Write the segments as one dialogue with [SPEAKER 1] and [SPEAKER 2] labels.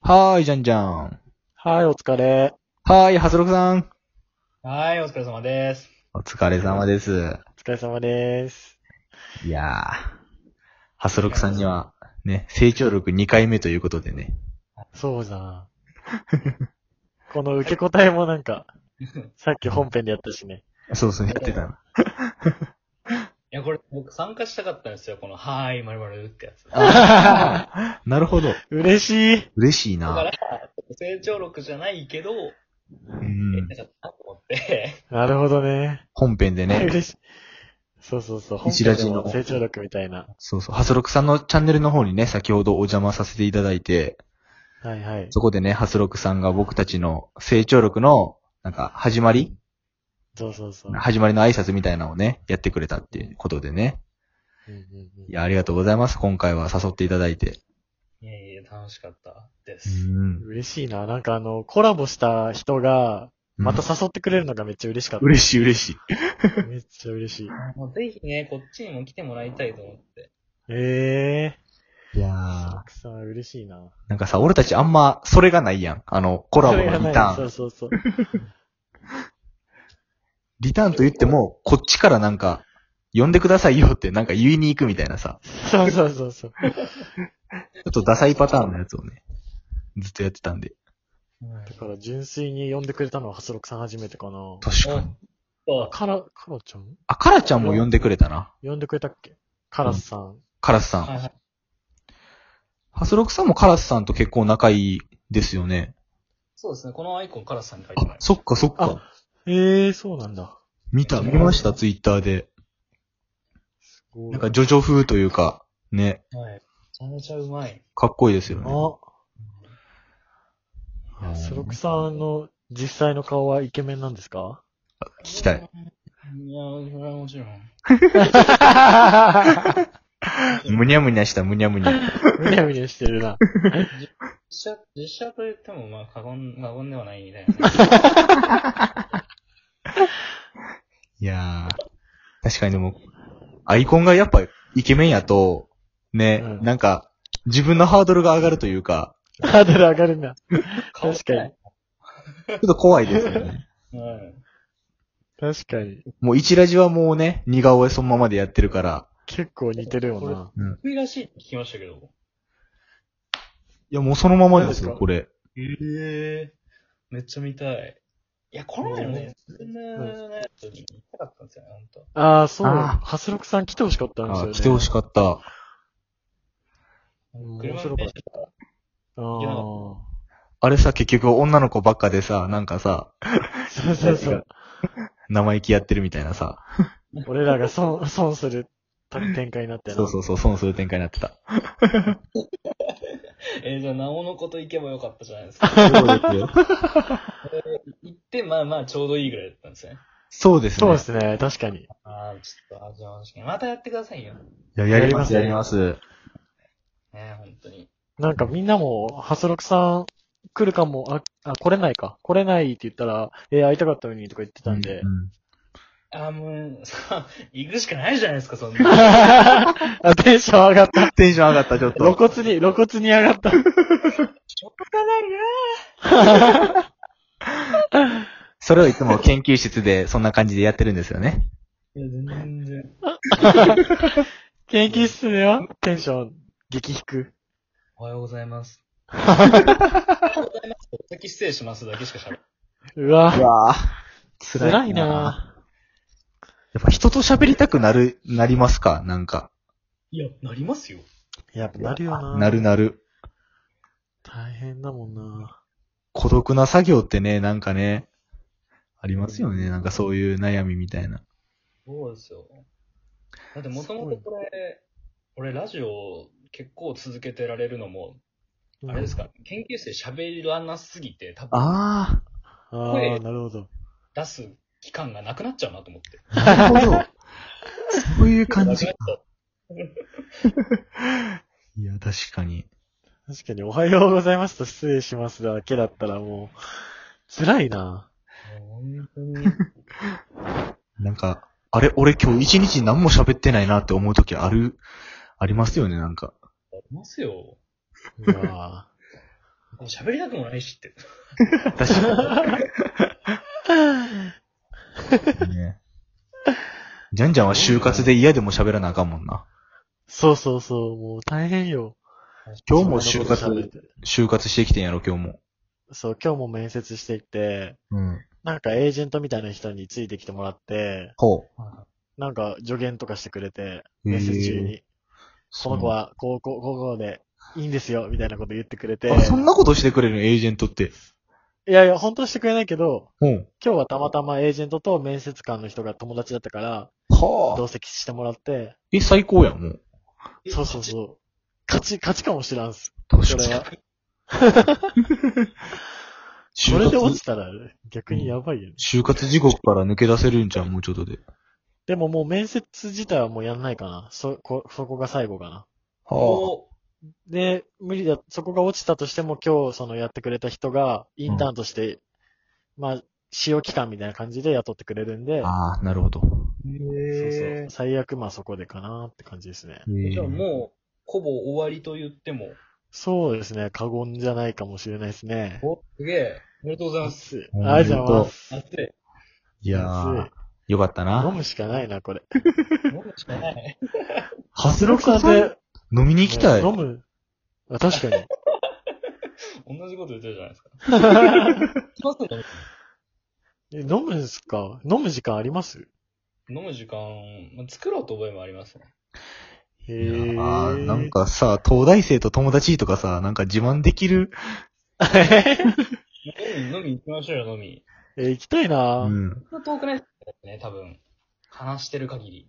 [SPEAKER 1] はーい、じゃんじゃん。
[SPEAKER 2] はい、お疲れ。
[SPEAKER 1] はーい、ハスロクさん。
[SPEAKER 3] はい、お疲れ様です。
[SPEAKER 1] お疲れ様です。
[SPEAKER 2] お疲れ様です。
[SPEAKER 1] いやー。ハスロクさんには、ね、成長力2回目ということでね。
[SPEAKER 2] そうじゃん。この受け答えもなんか、さっき本編でやったしね。
[SPEAKER 1] そうそう、やってたの。
[SPEAKER 3] いや、これ僕参加したかったんですよ、この、はーい、まるまるってやつ。だ
[SPEAKER 1] あ ーなるほど。
[SPEAKER 2] 嬉しい。
[SPEAKER 1] 嬉しい
[SPEAKER 3] から
[SPEAKER 1] な。、
[SPEAKER 3] 成長録じゃないけど、
[SPEAKER 1] うん。
[SPEAKER 3] なんか、と思って、
[SPEAKER 2] なるほどね。
[SPEAKER 1] 本編でね。
[SPEAKER 2] 嬉しい。そうそうそう。本
[SPEAKER 1] 一ラ
[SPEAKER 2] 編
[SPEAKER 1] ジ
[SPEAKER 2] で
[SPEAKER 1] の
[SPEAKER 2] も成長力みたいな。
[SPEAKER 1] そうそう、ハスロクさんのチャンネルの方にね、先ほどお邪魔させていただいて、
[SPEAKER 2] はいはい。
[SPEAKER 1] そこでね、ハスロクさんが僕たちの成長力の、なんか、始まり
[SPEAKER 2] そうそうそう。
[SPEAKER 1] 始まりの挨拶みたいなのをね、やってくれたっていうことでね。
[SPEAKER 2] うんうんうん
[SPEAKER 1] いや、ありがとうございます。今回は誘っていただいて。
[SPEAKER 3] いやいや、楽しかったで
[SPEAKER 1] う
[SPEAKER 3] す。
[SPEAKER 1] ん。
[SPEAKER 2] 嬉しいな。なんかあの、コラボした人が、また誘ってくれるのがめっちゃ嬉しかっ
[SPEAKER 1] 嬉しい嬉しい。
[SPEAKER 2] た。めっちゃ嬉しい。
[SPEAKER 3] もうぜひね、こっちにも来てもらいたいと思って。
[SPEAKER 2] ええ
[SPEAKER 1] いや
[SPEAKER 2] ー。
[SPEAKER 1] ー
[SPEAKER 2] たくさん嬉しいな。
[SPEAKER 1] なんかさ、俺たちあんま、それがないやん。あの、コラボの
[SPEAKER 2] それがない
[SPEAKER 1] リター
[SPEAKER 2] そ
[SPEAKER 1] ン
[SPEAKER 2] う。そうそう。
[SPEAKER 1] リターンと言っても、こっちからなんか、呼んでくださいよってなんか言いに行くみたいなさ、
[SPEAKER 2] そうそうそうそう。
[SPEAKER 1] ちょっとダサいパターンのやつをね、ずっとやってたんで。
[SPEAKER 2] だから純粋に呼んでくれたのはハスロクさん初めてかな。
[SPEAKER 1] 確か
[SPEAKER 3] う
[SPEAKER 1] に。
[SPEAKER 3] ん。そう
[SPEAKER 2] カラ、カラちゃん
[SPEAKER 1] あ、カラちゃんも呼んでくれたな。
[SPEAKER 2] 呼んでくれたっけカラスさん。
[SPEAKER 1] カラスさ
[SPEAKER 3] は
[SPEAKER 1] ん。
[SPEAKER 3] いはい。
[SPEAKER 1] ハスロクさんもカラスさんと結構仲いいですよね。
[SPEAKER 3] そうですね、このアイコン、カラスさんに書いてもら
[SPEAKER 1] あ
[SPEAKER 3] い、ます。
[SPEAKER 1] そっかそっか。
[SPEAKER 2] ええー、そうなんだ。
[SPEAKER 1] 見た、見ました、ツイッターで。
[SPEAKER 2] すごい
[SPEAKER 1] なんか、ジョジョ風というか、ね、
[SPEAKER 3] はい。めちゃめちゃうまい。
[SPEAKER 1] かっこいいですよね。
[SPEAKER 2] あ、ハスロクさんの実際の顔はイケメンなんですか
[SPEAKER 1] 聞きたい。
[SPEAKER 3] いや、それはもち ろん。
[SPEAKER 1] むにゃむにゃした、むにゃむにゃ。
[SPEAKER 2] むにゃむにゃしてるな。
[SPEAKER 3] 実写、実写と言っても、まあ、過言、過言ではないみたいなね。
[SPEAKER 1] いやー、確かにでも、アイコンがやっぱイケメンやと、ね、
[SPEAKER 2] うん
[SPEAKER 1] なんか、自分のハードルが上がるというか、
[SPEAKER 2] ハードル上がるな。
[SPEAKER 3] 顔
[SPEAKER 2] 確かに。
[SPEAKER 1] ちょっと怖いですよね。
[SPEAKER 3] うん。
[SPEAKER 2] 確かに。
[SPEAKER 1] もう一ラジはもうね、似顔絵そのままでやってるから、
[SPEAKER 2] 結構似てるよな。
[SPEAKER 3] 得意らしいって聞きましたけど。
[SPEAKER 1] いやもうそのままですよ、こ
[SPEAKER 2] そ
[SPEAKER 1] れ。
[SPEAKER 3] ええめっちゃ見たい。いや、この前のね、自分のやつに行きたかったんですよね、ほんと。
[SPEAKER 2] ああ、そう。
[SPEAKER 1] あ
[SPEAKER 2] ハスロクさん来てほしかったんですよ
[SPEAKER 1] あ
[SPEAKER 2] ね。
[SPEAKER 1] 来てほし
[SPEAKER 2] か
[SPEAKER 1] かった。
[SPEAKER 2] うん面
[SPEAKER 3] 車
[SPEAKER 2] 白
[SPEAKER 3] の
[SPEAKER 2] かっ
[SPEAKER 3] 電車とか
[SPEAKER 2] た。
[SPEAKER 3] いやなんか
[SPEAKER 2] あ
[SPEAKER 1] あれさ、結局女の子ばっかでさ、なんかさ、
[SPEAKER 2] あ。そうそうそう。
[SPEAKER 1] 生意気やってるみたいなさ、
[SPEAKER 2] 俺らが損、 損する展開になってな。
[SPEAKER 1] そうそうそう、損する展開になってた。
[SPEAKER 3] えーじゃあ、なおのこと行けばよかったじゃないです か。行って、まあまあ、ちょうどいいぐらいだったんですね。
[SPEAKER 1] そうですね。
[SPEAKER 2] そうですね、確かに。
[SPEAKER 3] ああ、ちょっと、あじゃあ、確かに。またやってくださいよ。
[SPEAKER 1] いや、やります、やります。
[SPEAKER 3] ね、ほんとに。
[SPEAKER 2] なんかみんなも、ハスロクさん来るかも、あ、あ、来れないか。来れないって言ったら、えー会いたかったのにとか言ってたんで。
[SPEAKER 1] う
[SPEAKER 3] ああ、もう、そう行くしかないじゃないですか、そんな。
[SPEAKER 2] あ、テンション上がった。
[SPEAKER 1] テンション上がった、ちょっ
[SPEAKER 2] 露
[SPEAKER 1] と。
[SPEAKER 2] 骨に、露骨に上がった。
[SPEAKER 3] しょうがないな
[SPEAKER 1] それをいつも研究室でそんな感じでやってるんですよね。
[SPEAKER 3] いや、全然。
[SPEAKER 2] 研究室では、テンション、激低。
[SPEAKER 3] おはようござい ます。お先失礼しますだけしか喋らないう
[SPEAKER 2] わ、
[SPEAKER 1] わ辛
[SPEAKER 2] 辛いな
[SPEAKER 1] やっぱ人と喋りたくなる、なりますかなんか。
[SPEAKER 3] いや、なりますよ。
[SPEAKER 2] やっぱなるよな
[SPEAKER 1] なるなる。
[SPEAKER 2] 大変だもんな
[SPEAKER 1] 孤独な作業ってね、なんかね、ありますよね。なんかそういう悩みみたいな。
[SPEAKER 3] そうですよ。だってもと
[SPEAKER 2] す
[SPEAKER 3] も
[SPEAKER 2] ごい
[SPEAKER 3] とこれ、俺ラジオ結構続けてられるのも、あれですか、研究生喋らなすぎて、多分
[SPEAKER 1] あ
[SPEAKER 2] ああ、なるほど。
[SPEAKER 3] 出す期間がなくなっちゃうなと思って。
[SPEAKER 1] あ、なるほど。そういう感
[SPEAKER 3] な
[SPEAKER 1] じ
[SPEAKER 3] くなっ。ちゃう
[SPEAKER 1] いや、確かに。
[SPEAKER 2] 確かに、おはようございますと失礼しますだけだったらもう、辛いな
[SPEAKER 3] 本当に。い
[SPEAKER 1] なんか、あれ、俺今日一日何も喋ってないなって思う時あ る、ありますよね、なんか。
[SPEAKER 3] ますよ。
[SPEAKER 2] うわ
[SPEAKER 3] もう喋りたくもないしって。
[SPEAKER 1] 確か に。ね。じゃんじゃんは就活で嫌でも喋らなあかんもんな。
[SPEAKER 2] そうそうそう、もう大変よ。
[SPEAKER 1] 今日も就活
[SPEAKER 2] そんなこと喋って
[SPEAKER 1] 就活してきてんやろ、今日も。
[SPEAKER 2] そう、今日も面接していって、
[SPEAKER 1] うん。
[SPEAKER 2] なんかエージェントみたいな人についてきてもらって、
[SPEAKER 1] ほ
[SPEAKER 2] なんか助言とかしてくれて、
[SPEAKER 1] う。
[SPEAKER 2] 面接中に、
[SPEAKER 1] そ
[SPEAKER 2] こ
[SPEAKER 1] う。
[SPEAKER 2] の子は高校、高校でいいんですよ、みたいなこと言ってくれて、
[SPEAKER 1] あ、そんなことしてくれるのエージェントって。
[SPEAKER 2] いやいや、本当はしてくれないけど、
[SPEAKER 1] うん。
[SPEAKER 2] 今日はたまたまエージェントと面接官の人が友達だったから、
[SPEAKER 1] は
[SPEAKER 2] 同
[SPEAKER 1] あ。
[SPEAKER 2] 席してもらって、
[SPEAKER 1] え、最高やん、もう。
[SPEAKER 2] そうそう
[SPEAKER 3] う。
[SPEAKER 2] そう。勝ち、勝ちかもしらんす。そ
[SPEAKER 1] 確
[SPEAKER 2] れは。それ
[SPEAKER 1] 就
[SPEAKER 2] で落
[SPEAKER 1] 活
[SPEAKER 2] ち、たら、逆にやばいよね。
[SPEAKER 1] 就活地獄から抜け出せるんじゃん、もうちょっとで。
[SPEAKER 2] でももう面接自体はもうやんないかな。そ、こ、そこが最後かな。
[SPEAKER 1] は
[SPEAKER 3] お
[SPEAKER 2] で、無理だ、そこが落ちたとしても今日そのやってくれた人が、インターンとして、まあ、使用期間みたいな感じで雇ってくれるんで、
[SPEAKER 1] あ。ああ、なるほど。
[SPEAKER 2] そうそ
[SPEAKER 3] へ
[SPEAKER 2] う。最悪まあそこでかなって感じですね。
[SPEAKER 1] え
[SPEAKER 3] じゃあもう、ほぼ終わりと言っても。
[SPEAKER 2] そうですね。過言じゃないかもしれないですね。
[SPEAKER 3] お、すげえ。おめでとうございま
[SPEAKER 2] 熱い
[SPEAKER 3] す。
[SPEAKER 1] おめでとう
[SPEAKER 2] ありがとうございます。
[SPEAKER 3] 熱い。
[SPEAKER 1] いやー、よかった
[SPEAKER 2] 熱い
[SPEAKER 1] な。
[SPEAKER 2] 飲むしかないな、これ。
[SPEAKER 3] 飲むしかない。
[SPEAKER 1] ハス
[SPEAKER 2] スロクさんで、
[SPEAKER 1] 飲みに行きたい。
[SPEAKER 2] 飲む。あ確かに。
[SPEAKER 3] 同じこと言ってるじゃないですか。一番すぐ飲
[SPEAKER 2] え飲むんすか飲む時間あります
[SPEAKER 3] む飲む時間、まあ作ろうと覚えもありますね。
[SPEAKER 2] へ
[SPEAKER 1] いや
[SPEAKER 2] え。
[SPEAKER 1] ーなん。かさ、東大生と友達とかさ、なんか自慢できる。
[SPEAKER 3] 飲み、飲み行きましょうよ、飲み。
[SPEAKER 2] え、行きたいな、
[SPEAKER 1] うん。
[SPEAKER 3] そんな遠くないですね、多分。話してる限り。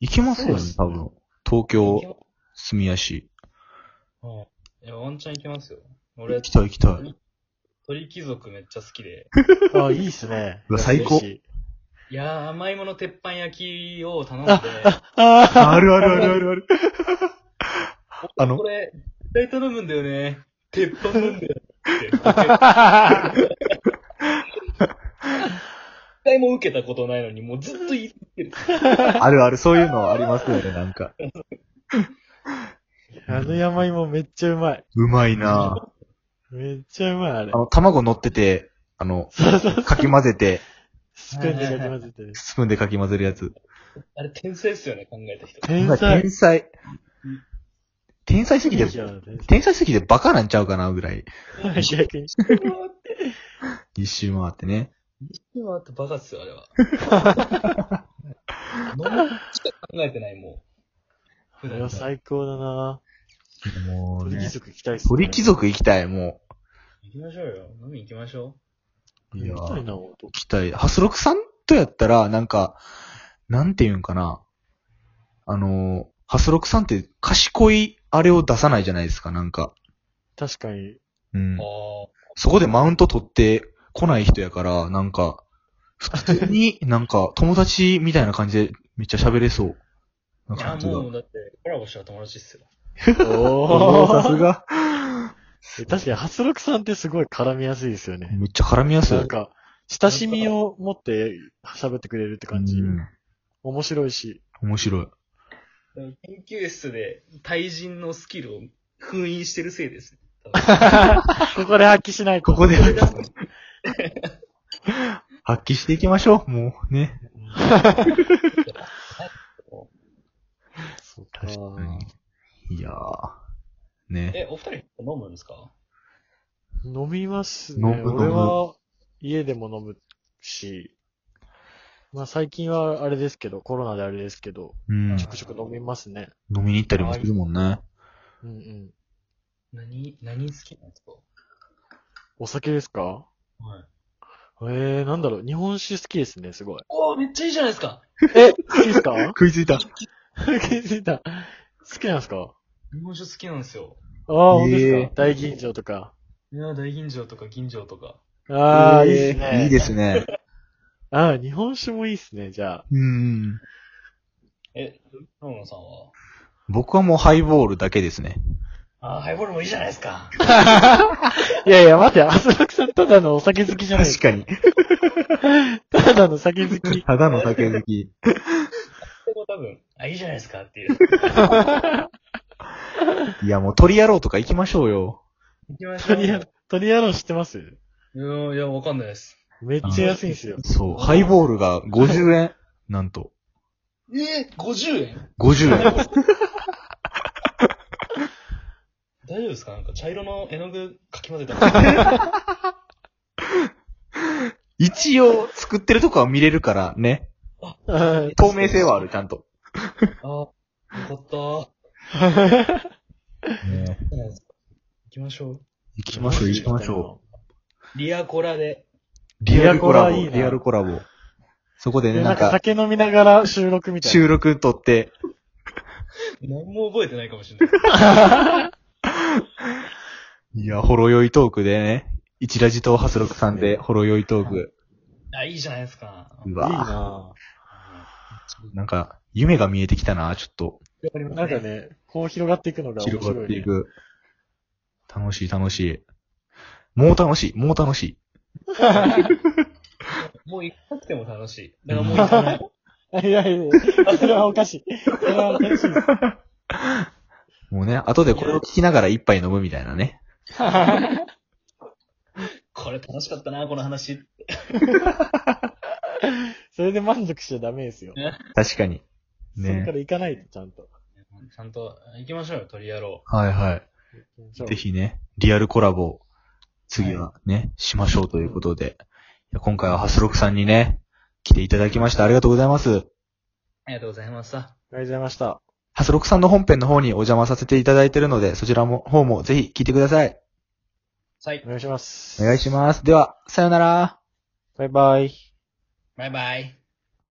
[SPEAKER 1] 行けますよね、多分。東京、
[SPEAKER 3] 行
[SPEAKER 1] 住谷市。
[SPEAKER 3] けますうん。いや、ワンチャン行きますよ。俺
[SPEAKER 1] 行、きたい行きたい。
[SPEAKER 3] 鳥貴族めっちゃ好きで。
[SPEAKER 2] あ、いいっすね
[SPEAKER 1] う。わ最高
[SPEAKER 2] 安い し
[SPEAKER 3] いやー、甘いもの鉄板焼きを頼んで
[SPEAKER 2] あ、、あ、あ、
[SPEAKER 1] あるあるあるあるある。あの
[SPEAKER 3] こ、れ、絶対頼むんだよね。鉄板なんだよ。って、 一回も受けたことないのに、もうずっと言ってる。
[SPEAKER 1] あるある、そういうのありますよね、なんか。
[SPEAKER 2] あの山芋めっちゃうまい。
[SPEAKER 1] うまいな
[SPEAKER 2] めっちゃうまい、あれ
[SPEAKER 1] あ。の、卵乗ってて、あの、かき混ぜて、
[SPEAKER 2] スプーンでかき混ぜてる。
[SPEAKER 1] スプーンでかき混ぜるやつ。
[SPEAKER 3] あれ、天才っすよね、考 えた人。
[SPEAKER 2] 天才。
[SPEAKER 1] 天才。天才すぎて、天才すぎてバカなんちゃうかな、ぐらい。
[SPEAKER 2] 逆に。
[SPEAKER 1] 一周回ってね。
[SPEAKER 3] 今あとバカっすよ、あれ は。飲むしか考えてない、もう。普
[SPEAKER 2] いや
[SPEAKER 3] 段
[SPEAKER 2] 最高だな
[SPEAKER 1] もう
[SPEAKER 2] 鳥貴
[SPEAKER 1] ね。
[SPEAKER 2] 族行きたいっすね。
[SPEAKER 1] 鳥貴族行きたい、も
[SPEAKER 3] 行きましょうよ。飲み行きましょ
[SPEAKER 1] う。いや
[SPEAKER 2] 行きたい
[SPEAKER 1] ー
[SPEAKER 2] な、ほんと
[SPEAKER 1] 行きたい。ハスロクさんとやったら、なんか、なんていうんかな。あのー、ハスロクさんって賢いあれを出さないじゃないですか、なんか。
[SPEAKER 2] 確 かに。
[SPEAKER 1] うん
[SPEAKER 3] う。。あ
[SPEAKER 1] そこでマウント取ってこない人やから、なんか、普通 になんか友達みたいな感じでめっちゃ喋れそう。な
[SPEAKER 3] あ。
[SPEAKER 1] 感
[SPEAKER 3] い
[SPEAKER 1] じ
[SPEAKER 3] や、
[SPEAKER 1] が。
[SPEAKER 3] もう、だって、コラボしたら友達っすよ。
[SPEAKER 1] おーさす
[SPEAKER 2] お
[SPEAKER 1] が。
[SPEAKER 2] ー確かに、発力さんってすごい絡みやすいですよね。
[SPEAKER 1] めっちゃ絡みやすい。
[SPEAKER 2] なんか、親しみを持って喋ってくれるって感じ。
[SPEAKER 1] うん
[SPEAKER 2] 面白いし。
[SPEAKER 1] 面白い。
[SPEAKER 3] 研究室で、対人のスキルを封印してるせいです。
[SPEAKER 2] ここで発揮しないと。
[SPEAKER 1] ここで
[SPEAKER 3] 多分
[SPEAKER 1] 発揮していきましょう。もうね。
[SPEAKER 2] そうか
[SPEAKER 1] 確かに。いやー。ね。
[SPEAKER 3] え、お二人飲むんですか
[SPEAKER 2] 飲みます
[SPEAKER 1] 飲
[SPEAKER 2] ね。
[SPEAKER 1] む飲む
[SPEAKER 2] 俺は、家でも飲むし、まあ最近はあれですけど、コロナであれですけど、
[SPEAKER 1] うん。
[SPEAKER 2] ちょくちょく飲みますね。
[SPEAKER 1] 飲みに行ったりもするもんね。
[SPEAKER 2] うんうん。
[SPEAKER 3] 何、何好きなんですか
[SPEAKER 2] お酒ですか
[SPEAKER 3] はい。
[SPEAKER 2] えー、なんだろう、日本酒好きですね、すごい。
[SPEAKER 3] おー、めっちゃいいじゃないですか
[SPEAKER 2] え、好きですか
[SPEAKER 1] 食いついた。
[SPEAKER 2] 気づいた。好きなんですか
[SPEAKER 3] 日本酒好きなんですよ。
[SPEAKER 2] ああ、本当
[SPEAKER 1] え
[SPEAKER 2] です
[SPEAKER 1] ー
[SPEAKER 2] か大吟醸とか。
[SPEAKER 3] いやー、大吟醸とか銀醸とか。
[SPEAKER 2] ああ、
[SPEAKER 1] えー
[SPEAKER 2] いいですね。
[SPEAKER 1] いいですね。
[SPEAKER 2] ああ、日本酒もいいですね、じゃあ。
[SPEAKER 1] うん。
[SPEAKER 3] え、ローロンさんは
[SPEAKER 1] 僕はもうハイボールだけですね。
[SPEAKER 3] あー、ハイボールもいいじゃないです か。
[SPEAKER 2] いやいや、待って、浅野さんただのお酒好きじゃないです
[SPEAKER 1] 確
[SPEAKER 2] か。
[SPEAKER 1] かに。
[SPEAKER 2] ただの酒好 き。
[SPEAKER 1] ただの酒好き。
[SPEAKER 3] でも多分、あ、いいじゃないですかっていう。
[SPEAKER 1] いや、もう鳥野郎とか行きましょうよ。
[SPEAKER 3] 行きましょう。
[SPEAKER 2] 鳥やろ鳥野郎知ってます
[SPEAKER 3] いやー、いや、わかんないです。
[SPEAKER 2] めっちゃ安いんですよ。
[SPEAKER 1] そう、ハイボールが50円。なんと、
[SPEAKER 3] えー、50円
[SPEAKER 1] 50円。
[SPEAKER 3] 大丈夫ですかなんか茶色の絵の具かき混ぜた あ
[SPEAKER 1] 一応、作ってるとこは見れるからね。
[SPEAKER 2] はい
[SPEAKER 1] 透明性はある、ちゃんと。
[SPEAKER 3] ー、よかった。
[SPEAKER 1] ね、
[SPEAKER 3] そうなんですか行きましょう。
[SPEAKER 1] 行きましょう、行きましょ
[SPEAKER 3] リアコラで。
[SPEAKER 1] う。リアルコラボ、
[SPEAKER 2] リアコラいいな
[SPEAKER 1] リアルコラボ。そこでね、
[SPEAKER 2] で
[SPEAKER 1] な
[SPEAKER 2] なん
[SPEAKER 1] ん
[SPEAKER 2] か
[SPEAKER 1] か、
[SPEAKER 2] 酒飲みながら収録みたいな。
[SPEAKER 1] 収録撮って、
[SPEAKER 3] 何も覚えてないかもしれない。
[SPEAKER 1] いや、ほろ酔いトークでね、一ラジとハスロクさんで、ほろ酔いトーク。
[SPEAKER 3] あ、いいじゃないですか。
[SPEAKER 1] う
[SPEAKER 2] いい
[SPEAKER 1] わ
[SPEAKER 2] な
[SPEAKER 1] ぁなんか、夢が見えてきたなぁちょっと。
[SPEAKER 3] わかり
[SPEAKER 2] ぁなんか。ね、こう広がっていくのが面白い、
[SPEAKER 1] 広
[SPEAKER 2] ね。
[SPEAKER 1] がっていく。楽しい、楽しい。もう楽しい、もう楽しい。
[SPEAKER 3] もう行かなくても楽しい。だからもう行かない。
[SPEAKER 2] いやいやいや、それはおかしい。それはおかしい。
[SPEAKER 1] もうね、後でこれを聞きながら一杯飲むみたいなね。
[SPEAKER 3] これ楽しかったな、この話。
[SPEAKER 2] それで満足しちゃダメですよ。
[SPEAKER 1] 確かに。
[SPEAKER 2] それか
[SPEAKER 1] ね。
[SPEAKER 2] ら行かないと、ちゃんと。
[SPEAKER 3] ちゃんと行きましょうよ、鳥野郎。
[SPEAKER 1] はいはい。ぜひね、リアルコラボ、次はね、しましょうということで。いや今回はハスロクさんにね、来ていただきました。ありがとうございます。
[SPEAKER 3] ありがとうございました。
[SPEAKER 2] ありがとうございました。
[SPEAKER 1] ハスロクさんの本編の方にお邪魔させていただいてるので、そちらも、方もぜひ聞いてください。
[SPEAKER 3] さい
[SPEAKER 2] お。願いします。
[SPEAKER 1] お願いします。では、さよなら。
[SPEAKER 2] バイバイ。
[SPEAKER 3] バイバイ。